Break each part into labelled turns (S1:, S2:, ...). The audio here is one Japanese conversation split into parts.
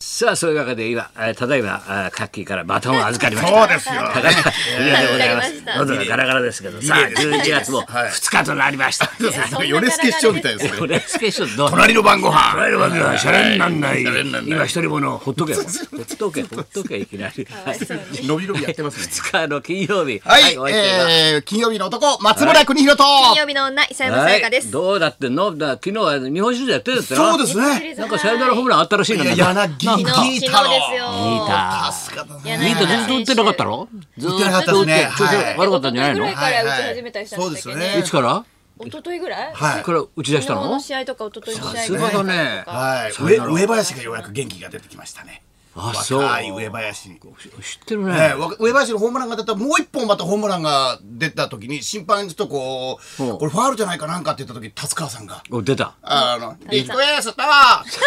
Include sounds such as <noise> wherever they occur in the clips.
S1: さあそういうわけで今えーただいまあーカッキーからバトンを預かりました
S2: そうですよ。
S1: 高橋リアでございま
S3: わかりますした
S1: 喉がガラガラですけどさあ
S2: リレーです
S1: 11月も
S2: はい
S1: 2日となりました
S3: そんな
S2: ヨネスケ市長みたいです
S1: こ
S2: ね。
S1: れスケジュールどう
S2: 隣の晩ご飯。
S1: 帰るわけはシャレになんない
S2: シャレになんない
S1: 今一人者ほっとけほっとけほっとけいきなり
S3: <laughs>
S1: はい
S2: 伸び伸びやってますね。
S1: 2日の金曜日
S2: はい、
S1: お相手が
S2: えー、金曜日の男、松村邦弘と。
S3: 金曜日の女、磯山さやかです。
S1: どうだってのだ昨日は日本酒でやってるってな
S2: そうですね。
S1: なんかサヨナラホームランあったらしいの
S2: いや、柳ギ
S3: 昨日、
S2: ータの
S3: 昨日ですよ。
S1: あ
S2: 助かったね。
S1: いいとずっと売ってなかったろずっと売って
S2: 売ってなかったですね
S1: 調子
S2: はい
S1: 悪かったんじゃないの、
S3: 一昨日ぐらい打ち始めたりしたんだっけ
S2: はいはいそう
S1: い
S2: で
S1: つ
S2: す
S1: から
S3: 一昨日ぐらい
S2: はい
S1: から打ち出した
S3: 昨日
S1: の
S3: の試合とか一昨日の試合
S1: すがだね
S2: はい、上、上林がようやく元気が出てきましたね。
S1: あそう
S2: 若い上林。ね
S1: 知ってるね、
S2: えわ上林のホームランが出たらもう一本またホームランが出た時に審判にちょっとこう、
S1: うん
S2: これファールじゃないかなんかって言った時達川さんが
S1: お出た
S2: あのリクエスト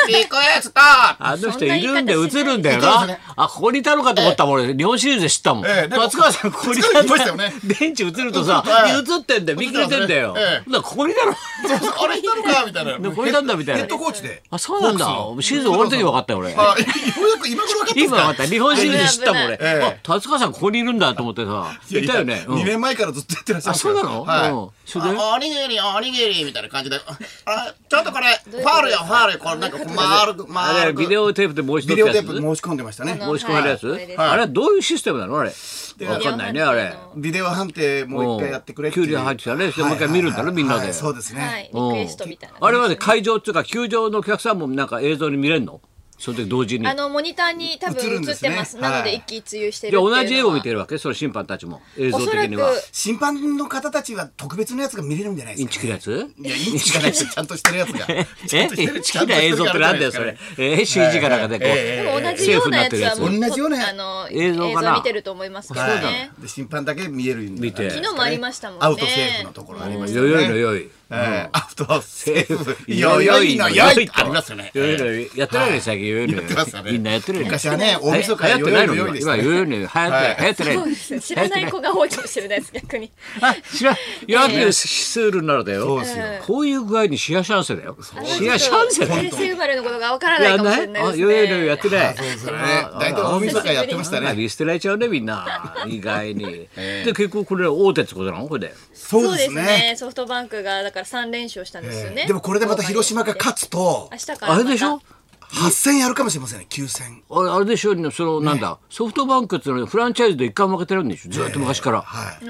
S2: リク
S1: <laughs>
S2: エスト
S1: あの人いるんで映るんだよ
S2: そ
S1: な、
S2: うですね
S1: あここにいたのかと思ったもん俺日本シリーズで知ったもん、
S2: ええでも
S1: 松川さんここにい
S2: 松川
S1: た
S2: さんいましたよね
S1: 電池映るとさ、
S2: <laughs> はい
S1: 映ってんだよ見切れてんだよ、
S2: ええ
S1: だからここにいたの
S2: そうそうあれいたのか
S1: <laughs>
S2: みたいな。
S1: でこれなんだみたいな
S2: ヘッドコーチで。
S1: あそうなんだシーズン終わる時分かったよ俺
S2: あ、ようやく今頃分か
S1: 今
S2: ったんですか。
S1: 分かった日本シリーズで知ったもん俺、
S3: 危
S2: ないええ
S1: あ達川さんここにいるんだと思ってさいたよね、うん
S2: 2年前からずっとやってらっしゃる。
S1: あそうなの
S2: はい
S1: うんそれで
S2: あおにぎりおにぎりみたいな感じで。ああ、ちょっとこれファールよファールよこれなんかこう丸く
S1: あれ
S2: 丸く。
S1: ビデオテープでもう一度
S2: ビ
S1: っ
S2: デ
S1: て
S2: オ
S1: やつ
S2: テープ申し込んでましたね。
S1: 申し込めるやつ、
S3: はいはい
S1: あれはどういうシステムなのあれ
S2: や
S1: 分かんないねあれ
S2: ビデオ判定もう一回やってくれってい
S1: うんキュウリ入ってたねでもう一回見るんだろみんなで
S2: はいそうです
S3: は
S2: ね
S3: い。。リクエストみたいな。
S1: あれはね会場っていうか球場のお客さんもなんか映像に見れるのその時同時に
S3: あの、モニターに多
S2: 映るん
S3: 分映
S2: で
S3: っ
S2: すね
S3: てます。なの
S2: は
S3: で、
S2: い
S3: 一喜一憂してる
S1: で
S3: っていうのは。
S1: 同じ絵を見て
S3: る。
S1: るわけその審判たちも映像
S3: おそ
S1: 的
S3: らく
S1: には、
S2: 審判の方たちは特別のやつが見れるんじゃない
S1: イ
S2: で
S1: ン
S2: す
S1: チ
S2: か
S1: キ
S2: ね。
S1: るや
S2: <laughs>
S1: つ
S2: いや、インチキじゃないですよちゃんとしてるやつが。
S1: えイン
S2: と
S1: <laughs>
S2: してる
S1: チキな映像ってなんだよそれえー CG かなんかでこう、
S3: でも同じようなやつはも
S2: 同じようなやつ
S3: あの、
S1: 映
S3: 映
S1: 像
S3: 像
S1: かな
S3: 見てると思いますか
S2: は
S3: ら
S2: い
S3: ね。
S2: で審判だけ見えるんじゃないですかね
S3: 昨日もありましたもんね
S2: アウトセーフのところありました
S1: よ
S2: ね。
S1: よいのよい
S2: ええアウトセーフ。
S1: よ
S2: よ
S1: よ
S2: よ
S1: い
S2: い
S1: の
S2: の
S1: よ
S2: よ
S1: い
S2: いってありますよね。
S1: よいのよいやってないよね最近よいのよ
S2: やってますよ
S1: い
S2: ね
S1: みんなやってるよね
S2: 昔はね、大
S1: 流行
S2: 晦
S1: っ
S2: 日
S1: て
S2: よ
S1: ない
S2: い
S1: の
S2: の
S1: 今
S2: よいです
S1: 今
S2: ね。
S1: よいのよい流行って流行ってない
S3: そうですね知らない子が多いかもしれないです、逆に。
S1: あ知らんやべえスールなのだよ
S2: そうですよ
S1: こういう具合にシアシャンセだよシアシャンセだよ
S3: 先生生まれのことがわからない
S1: や
S3: か
S1: ん
S3: も
S1: な
S3: しれ
S1: い
S3: ない
S1: あ
S3: ですね。
S1: よいのよいやってない
S2: そうですよね。大体大晦日やってました
S1: あ
S2: ね。
S1: 見捨てられちゃうねみん
S2: <laughs>
S1: な意外にで結構これ大手ってことなのこれで
S3: そうですね。ソフトバンクがだから三連勝したんですよね。
S2: でもこれでまた広島が勝つと
S3: 明、日から
S1: あれでしょ
S2: 8戦やるかもしれませんね、9戦。
S1: あれあれでしょそのなんだソフトバンクっていうのはフランチャイズで一回も負けてるんでしょずっと昔から
S2: はい。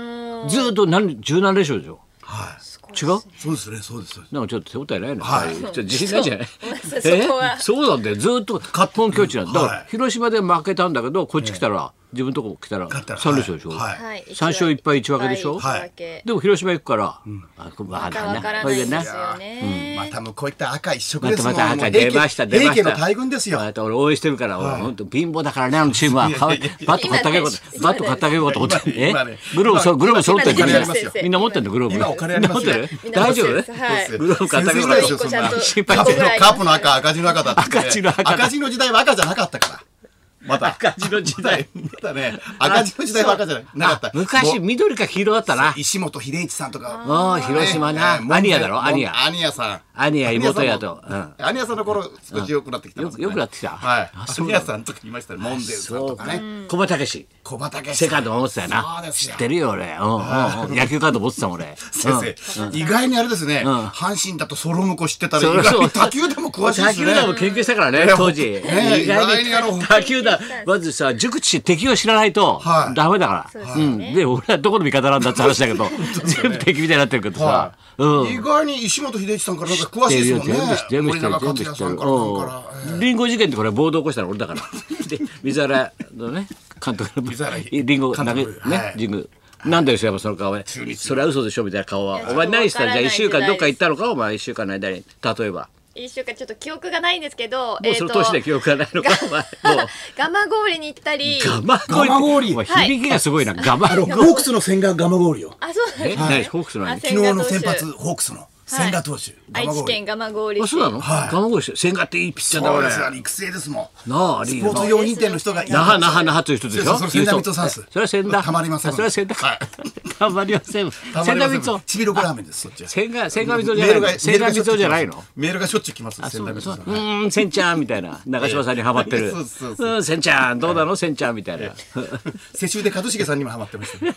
S1: ずーっと何17連勝でしょ
S2: はい。
S1: 違う
S2: そうですね、そうです。そうです
S1: なんかちょっと手応えないの、
S2: はい
S1: ちょっと自信ないじゃない
S3: そうそこは
S1: そうなんだよずーっと割本境地なんだだから、
S2: はい
S1: 広島で負けたんだけどこっち来たら、自分のとこ来たら
S2: 勝ったら
S1: 三連勝でしょ、
S2: はい
S3: は
S1: 三勝一敗一分けでしょ
S3: はい
S2: はい
S3: 一分け。
S1: でも広島行くから、あこま
S3: また
S1: だ
S3: わから
S1: こ
S3: ない
S1: れ
S3: で
S1: ですな
S3: よね。
S2: またもうこういった赤一色
S1: ま
S2: で
S1: た
S2: すも
S1: また
S2: ん。も
S1: 赤
S2: う
S1: 出ました出ました
S2: 英家の大群ですよ。
S1: また俺応援してるから、俺本当貧乏だからねあのチームはバット買ってあげようかとバット買ってあげようかと思ってえ
S2: 今ね
S1: グローブそうグローブ揃ってる
S2: 今ね今ね今ね
S1: みんな持ってんのグローブ
S2: 今お金ありますよ
S1: みんな持ってる
S3: みんな持
S1: 大
S3: っ
S1: 丈夫
S3: てるはい
S1: グローブ買ってあげようかと
S2: 先生ぐらいでしょ
S3: 一個ちゃんと
S1: 心
S2: カ
S1: 配
S2: ー
S1: して
S2: プ
S1: る
S2: のカープの赤、赤字の赤だったって。
S1: 赤字の赤だ
S2: 赤字の時代は赤じゃなかったから。また。
S1: 赤字の時代。
S2: またね、赤字の時代は赤じゃなかった。
S1: 昔
S2: もう
S1: 緑か黄色だったな
S2: 石本秀一さんとか。
S1: ああ広島な、
S2: ね
S1: アニアだろアニア
S2: アニアさん。
S1: アニア妹やとうん
S2: アニアさんの頃、少し良くなってきたますね
S1: よく良くなってきた
S2: はい。
S1: あ
S2: ア
S1: そう
S2: ニアさんとか言いましたね。モンデルさんとかね。
S1: 小林武史
S2: 小畑
S1: セカンド守ってたよ
S2: そう
S1: な
S2: です
S1: 知
S2: よ
S1: ってるよ俺うんうんう
S2: <laughs>
S1: ん野球カード持ってたもん俺
S2: 先生、意外にあれですね、阪神だとソロムコ知ってたら、
S1: そ
S2: 意
S1: うそう
S2: 外に他球でも詳しいで
S1: 他
S2: す
S1: 球
S2: ね。
S1: 団も研究したからね
S2: ね
S1: 当時
S2: ね
S1: 意外
S2: 意外
S1: に
S2: にあの
S1: 他球
S3: <laughs>
S1: 団まずさ熟知敵を知らないと
S2: はい
S1: ダメだから
S3: そうです
S1: う
S3: よ
S1: ん
S3: ね
S1: で俺はどこの味方なんだって話だけ
S2: <laughs>
S1: ど全部敵みたいになってるけどさ
S2: は
S1: うん
S2: い、意外に石本秀一さんからなんか詳しいですもんね。
S1: 全部知ってるよ
S2: 森
S1: 全
S2: 永
S1: 部
S2: 克
S1: 知っ
S2: 也
S1: て
S2: さ
S1: る全部知って
S2: んか
S1: るう
S2: らなんか
S1: んリンゴ事件ってこれ暴動起こしたの俺だから <laughs> で水原のね監督
S2: 水原
S1: リンゴ投げね
S2: 監督はい
S1: 神宮なんだよ、山その顔ね。
S2: 日
S1: それは嘘でしょみたいな顔は。
S3: や
S1: お前何した
S3: わ
S1: じゃあ
S3: からない
S1: 1週間どっか行ったのかお前1週間の間に。例えば。
S3: 一週間ちょっと記憶がないんですけ
S1: も
S3: ど、
S1: うその年で記憶がない
S3: <laughs>
S1: のかお前。もう。
S3: ガマゴーリに行ったり、
S1: ガマゴリ。
S2: ガマゴリ
S1: お前響きがすごいな。ガマ
S2: あの、
S1: ゴ
S2: ホークスの千賀ガマゴールよ。
S3: あそうなん
S1: リ。え
S3: です
S1: 何
S3: ね。
S1: ホークスの何
S3: あ
S2: 昨日の先発、ホークスの。
S4: 千賀投手。
S3: 愛知県蒲郡
S1: あ、
S3: 市
S1: そうなの
S4: はい
S1: 蒲越し、千賀っていいピッチャーだ、
S2: そう
S1: 俺。
S2: ですよ、育成ですもん。
S1: なあ、リ
S4: ス
S1: ー
S4: ポ
S1: グ
S4: ーツ
S1: の。
S4: 用品店の人がいるんですよ。
S1: 那覇、那覇、那覇という人でしょ
S4: そうそう千田光夫さんです
S1: それは千田。
S4: たまりません
S1: あそれは千田。
S4: はい
S1: たまりません。
S4: たま
S1: 千
S4: り
S1: 田
S4: ません
S1: 光夫。
S4: ちびろこラーメンです。そっちは。
S1: 千賀、千賀光夫じゃないの。千賀光夫じゃないの。
S4: メールがしょっちゅう来ます。
S1: そうそ
S4: 千
S1: うう
S4: 田光夫さんはい
S1: ーん、千ちゃんみたいな、長嶋さんにハマってる。
S4: そうそうそう
S1: うん、千ちゃん、どうなの、千ちゃんみたいな。
S4: 世襲で一茂さんにもハマってま
S2: <laughs>
S4: したね。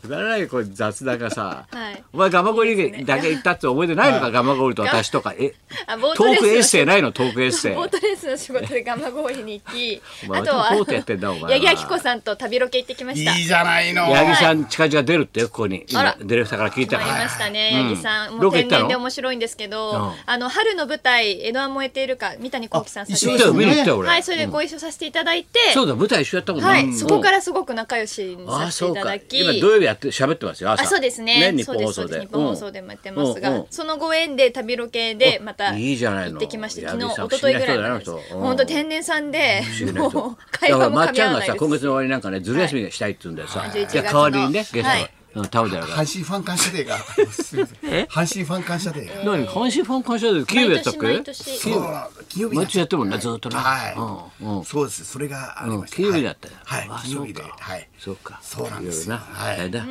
S1: くだらないこれ雑談がさ、
S3: はい
S1: お前ガマゴリだけ行ったって覚えてないのか、ガマゴリと私とかえ
S3: あボー
S1: ト
S3: トレ
S1: ー
S3: ース
S1: クエッセイないのトークエッセイ
S3: ボートレースの仕事で蒲郡に行き
S1: <laughs> お前
S3: あとは
S1: ボートやってんだお前は
S3: 八木亜希子さんと旅ロケ行ってきました
S2: いいじゃないの。
S1: 八木さん近々出るってよここに
S3: あ
S1: 今
S3: ら
S1: ディレクターから聞いた
S3: ありましたね、
S1: うん
S3: 八木さん。も
S1: ロ
S3: う
S1: ケ行
S3: 天
S1: ったの
S3: 然で面白いんですけど、
S1: うん
S3: あの春の舞台、江戸は燃えているか、三谷幸喜さんされ
S4: あ一
S1: 行
S4: 緒だ
S1: ったよ
S4: よ
S1: 見に行ったよ俺、
S3: はい、それでご一緒させていただいて、
S1: そうだ舞台一緒やったもんな、
S3: は
S1: う
S3: い、
S1: ん
S3: そこからすごく仲良しに
S1: あ
S3: さ
S1: あ
S3: せ
S1: そ
S3: ていうた
S1: か
S3: だき、
S1: 今土曜日やって喋ってますよ朝
S3: あそうですね、
S1: 日
S3: そう
S1: 本
S3: で
S1: 放
S3: すそ
S1: 送
S3: うで
S1: で
S3: す日本放送でもやってますが、
S1: うんうん
S3: そのご縁で旅ロケでまた
S1: おいいじゃないの
S3: 行ってきまして、
S1: 八
S3: 昨
S1: 木
S3: 日
S1: さん
S3: 一昨日ぐらいなんです
S1: 不思議な人だなあの。人うん
S3: 本当天然さんで、もう
S1: だ
S3: 会
S1: から
S3: 話も
S1: まっ
S3: 噛
S1: ち
S3: み合
S1: ゃんが
S3: わ
S1: さ
S3: ないです。
S1: 今月の終わりなんかねずる休みしたいって言うんだよさ、
S3: はい
S1: じゃあ
S3: 11
S1: 代わりにね
S3: 月
S1: ゲスト
S3: のはい
S1: うんタオルだから
S4: 阪神ファン感謝デーが。すいません阪神ファン感謝デーが。
S1: 何阪神ファン感謝で金曜日やったっけ
S3: 毎年毎年
S4: そうなんだ金曜日だ
S1: 毎日やってるもんねずーっとな
S4: はい、
S1: うんうん
S4: そうですそれがありました、
S1: 金曜日だったよ。
S4: はい、
S1: あ
S4: 金曜日で
S1: そうか
S4: はい
S1: そうか。
S4: そうなんです
S1: いろ
S4: よ
S1: いろな。
S4: は
S1: はいい。だ。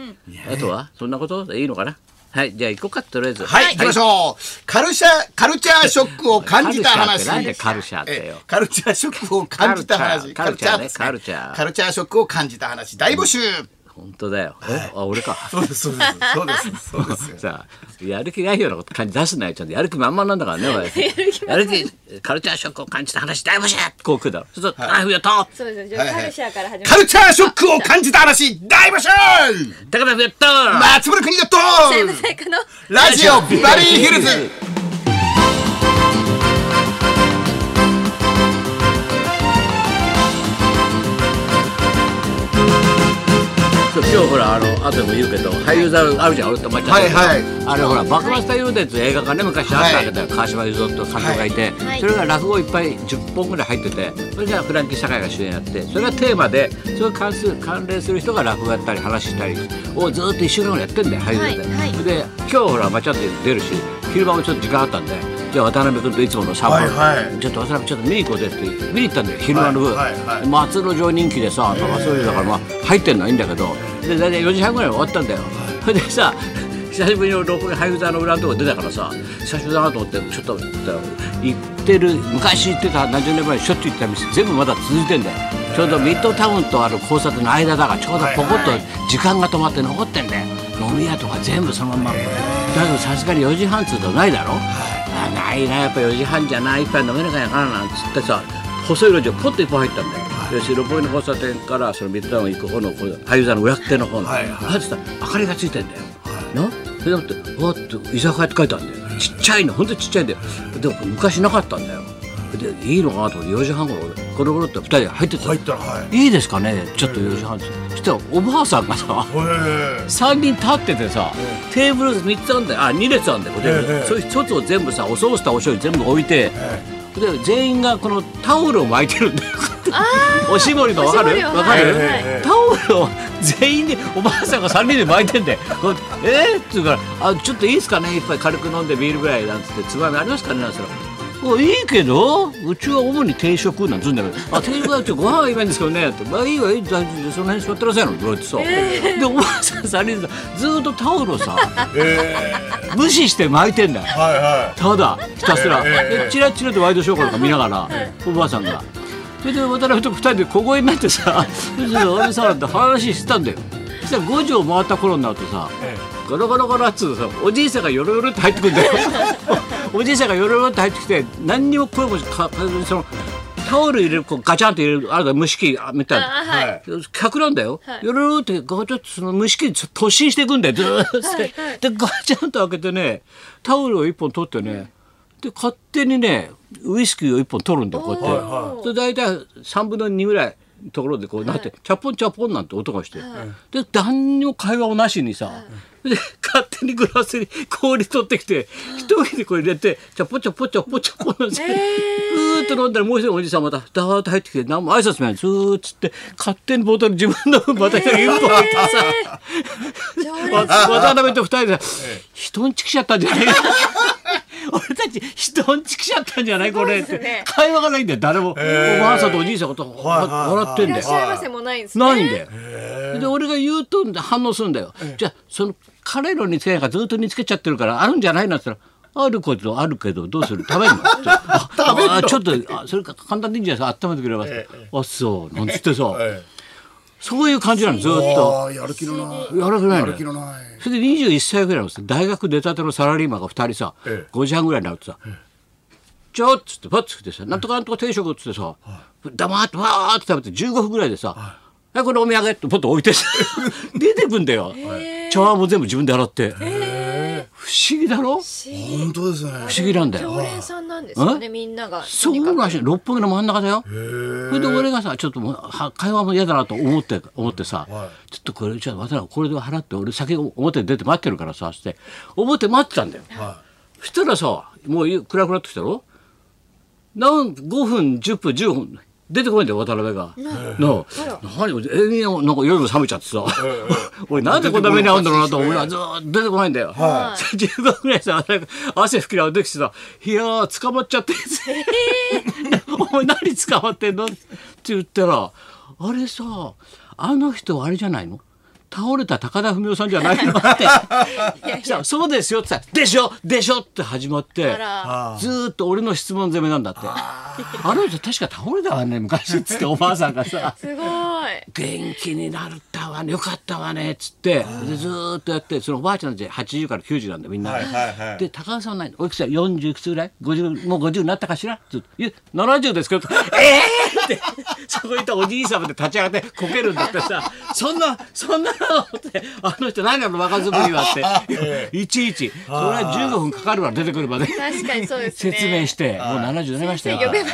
S1: あとはそんなことでいいのかな。はい。じゃあ行こうかとりあえず。
S4: はい、行きましょうカルシャカルチャーショックを感じた話
S1: カルチャーってなんでカルチャーってよ
S4: えカルチャーショックを感じた話
S1: カルチャーね
S4: ですね
S1: カルチャー
S4: カルチャーショックを感じた話大募集、
S1: 本当だよ。えあ俺か。
S4: そうですそうですそうですそうですよ
S1: <laughs> さあやる気ないようなこと感じ出すなよちゃんとやる気満々なんだからねお前
S3: やる気
S1: やる気カルチャーショックを感じた話大募集こう来るだろそうするとナイフよと
S3: そうですね、カルシャーから始ま
S4: <laughs> カルチャーショックを感じた話大募集
S1: 高田ふよと
S4: 松村邦だと
S3: る。先生の
S4: ラジオビバリーヒルズ
S1: そう今日ほらあの後でも言うけど俳優座あるじゃん俺とお前ちゃん
S4: はいはい
S1: あれほら「幕末太陽伝」っていう映画がね昔あったわけだよ、川島雄三と監督がいて、
S3: はい
S1: それが落語いっぱい10本ぐらい入っててそれじゃフランキー社会が主演やってそれがテーマでそれに関す関連する人が落語やったり話したりをずーっと一週間ぐらいやってんだよ俳優座で、
S3: はいはい
S1: で今日ほらまあちゃんと出るし昼間もちょっと時間あったんでじゃあ渡辺君といつもの3本、
S4: はいはい
S1: ちょっと渡辺ちょっと見に行こうぜって見に行ったんだよ昼間の部、
S4: はいはいはい
S1: 松之丞人気でさ、まあ、そういうだからまあ入ってんのはいいんだけどで大体4時半ぐらいに終わったんだよ、 <laughs> それでさ久しぶりに六本木俳優座の裏のとこ出たからさ久しぶりだなと思ってちょっと行ったら行ってる昔行ってた何十年前にしょっちゅう行った店全部まだ続いてんだよちょうどミッドタウンとある交差点の間だからちょうどポコッと時間が止まって残ってんだよ飲み屋とか全部そのまんまだけどさすがに4時半っつうとないだろあないなやっぱ4時半じゃない一杯飲めなきゃやからなんつってさ細い路地をポッと一歩入ったんだよ、で六本木の交差点からそのミッドタウン行く方のこう俳優座の裏手の方の、
S4: はいはい
S1: あってさ明かりがついてんだよ、なそれだってわーって居酒屋って書いてあるんだよちっちゃいのほんとちっちゃいんだよでも昔なかったんだよでいいのかなと思って4時半頃俺この頃って2人で入ってったの、
S4: 入ったらはい
S1: いいですかねちょっと4時半ですそしたらおばあさんがさ
S4: へ
S1: 3人立っててさ、テーブル3つあんだよあ2列あんだよ、
S4: ええ
S1: それ一つを全部さおソースとお醤油全部置いて、で全員がこのタオルを巻いてるんだよ <laughs> おしぼりのわか
S3: おしぼ
S1: る
S3: りを
S1: わ
S4: は
S1: かる、
S4: いええ
S1: タオルを全員でおばあさんが3人で巻いてんだよこうえっ、って言うからあ「ちょっといいですかね一杯軽く飲んでビールぐらい」なんつって「つまみありますかね?」なんつったらおいいけどうちは主に定食なんつうんだけど「あ定食はちょっとご飯はいいんですけどね」って「まあいいわいい大丈夫ですその辺座ってくださいの」言われてさ、でおばあさん3人でさずーっとタオルをさ無視して巻いてんだよ
S4: はいはい
S1: ただひたすら、でチラチラとワイドショーかなんか見ながら、おばあさんがそれで渡辺と二人で小声になってさ「それ俺さ」って話してたんだよそしたら5時を回った頃になるとさ、ガラガラガラっつうとさおじいさんがよろよろって入ってくるんだよおじいさんがよろよろって入ってきて何にも声もかかそのタオル入れるこうガチャンと入れるあれだ蒸し器あみたいな
S3: あはい
S4: はい
S1: 客なんだよ、
S3: はい
S1: よろよろってガチャッとその蒸し器に突進していくんだよずーっとでガチャンと開けてねタオルを一本取ってねで勝手にねウイスキーを一本取るんだよこう
S3: お
S1: やってで大体3分の2ぐらいところでこうなって、チャポンチャポンなんて音がして、で何にも会話をなしにさ、で勝手にグラスに氷取ってきて、一人でこう入れてチャポンチャポンチャポンチャポンって、うーっーッと飲んだらもう一人のおじさんまたダーッと入ってきて何も挨拶もないずーっつって勝手にボトル自分の分また一人一本入ってさ、わ渡辺と二人でさ人んち来ちゃったんじゃない <laughs> 俺たち人んち来ちゃったんじゃないこれっ
S3: そうで
S1: て
S3: すね
S1: 会話がないんだよ誰もおばあさんとおじいさんのこと
S5: はいはいはい
S1: 笑ってん
S3: い
S1: だ
S3: らっ
S1: よ
S3: しゃいませもないんですね。
S1: ないんだよ。で俺が言うと反応するんだよ。じゃあその彼の煮つけなんかずっと煮つけちゃってるからあるんじゃないのって言ったら。あることあるけどどうする食
S5: <laughs>
S1: べるのってああちょっとあそれか簡単でいいんじゃないですか温めてくれます、あそうなんつってさ、
S5: え
S1: そういう感じなのずっ
S5: あ
S1: と
S5: あやる気のない
S1: やらくない
S5: や
S1: の
S5: る気の
S1: よ
S5: ない
S1: それで21歳ぐらいのさ大学出たてのサラリーマンが2人さ、
S5: ええ
S1: 5時半ぐらいになるとさ「ちょっ」つってパッつってさ「なんとかなんとか定食」っつってさ黙ってわーって食べて15分ぐらいでさ「はいこれお土産」ってポッと置いて <laughs> さ出てくんだよ茶碗も全部自分で洗って不思議だろ不
S5: 本当ですね
S1: 思議なんだよ
S3: 常連さんなんですよね、みんなが。
S1: そうらしい六本木の真ん中だよそれで俺がさちょっともうは会話も嫌だなと思って思ってさ、ちょっとこれじゃあ渡辺これで払って俺先表出て待ってるからさって表待ってたんだよ、そしたらさもう暗くなってきたろなん5分10分15分出てこないんだよ渡辺が。の何永遠なんか夜も冷めちゃってさ <laughs> 俺なんでこんな目に遭うんだろうなと思いながらずーっと出てこないんだよ。10分ぐらいさ渡辺が汗拭きながら出てきてさ「いやー捕まっちゃって」 <laughs> お前何捕まってんの?」って言ったら「あれさあの人あれじゃないの倒れた高田文夫さんじゃないの?」って「さ <laughs> そうですよ」ってさ「でしょでしょ」って始まって
S3: あら
S1: ずーっと俺の質問攻めなんだって。あの人確か倒れたわね昔っつっておばあさんがさ
S3: すごい。
S1: 元気になったわねよかったわねっつってでずーっとやってそのおばあちゃんたち80から90なんだみんな、で高田さんは何おいくつや40いくつぐらい50もう50になったかしらずっといや70ですけど <laughs> ええってそこにいたおじいさまで立ち上がってこけるんだってさそんなそんなのってあの人何なの若造ぶりはっていちいちそれは15分かかるわ出てくるまで
S3: 確かにそうですね。
S1: 説明してもう70になりましたよ
S3: 呼べばい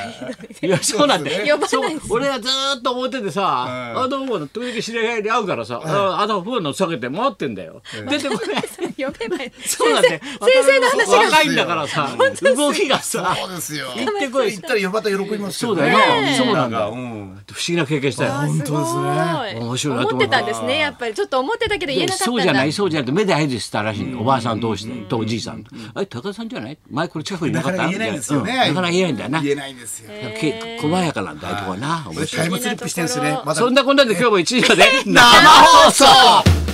S3: い
S1: い
S3: の
S1: やそうなんだよ
S3: 呼ばないです
S1: そう俺はずーっと思っててさ、あどうも時々知り合いに会うからさ、ああどうもの下げて待ってんだよ、出てこない
S3: に。呼べばいい。
S1: <laughs> そうなんだよ
S3: 先生先生の話
S1: が若いんだからさ <laughs> 動きがさ
S5: そうですよ
S1: 行ってこい
S5: 行ったらまた喜びます
S1: そ
S5: よ
S1: うだよな、そうなんだ
S5: う
S1: 不
S5: ん
S1: 思議な経験したよ
S3: 本当ですね
S1: 面白いなと思う
S3: 思ってたんですね、やっぱり。ちょっと思ってたけど言えなかったんだ。
S1: そうじゃないそうじゃないと目で合図したらしいのおばあさん同士でとおじいさんとあれ高田さんじゃない前これ近くにいなかった
S5: なかなか言えないんですよね
S1: うなかなか言えないんだよな
S5: 言えないんですよ
S1: け小早やかなんだああいうとこはな面白い
S5: タイムスリップしてんすねまた
S1: そんなこんなんで今日も1時まで生
S4: 生放送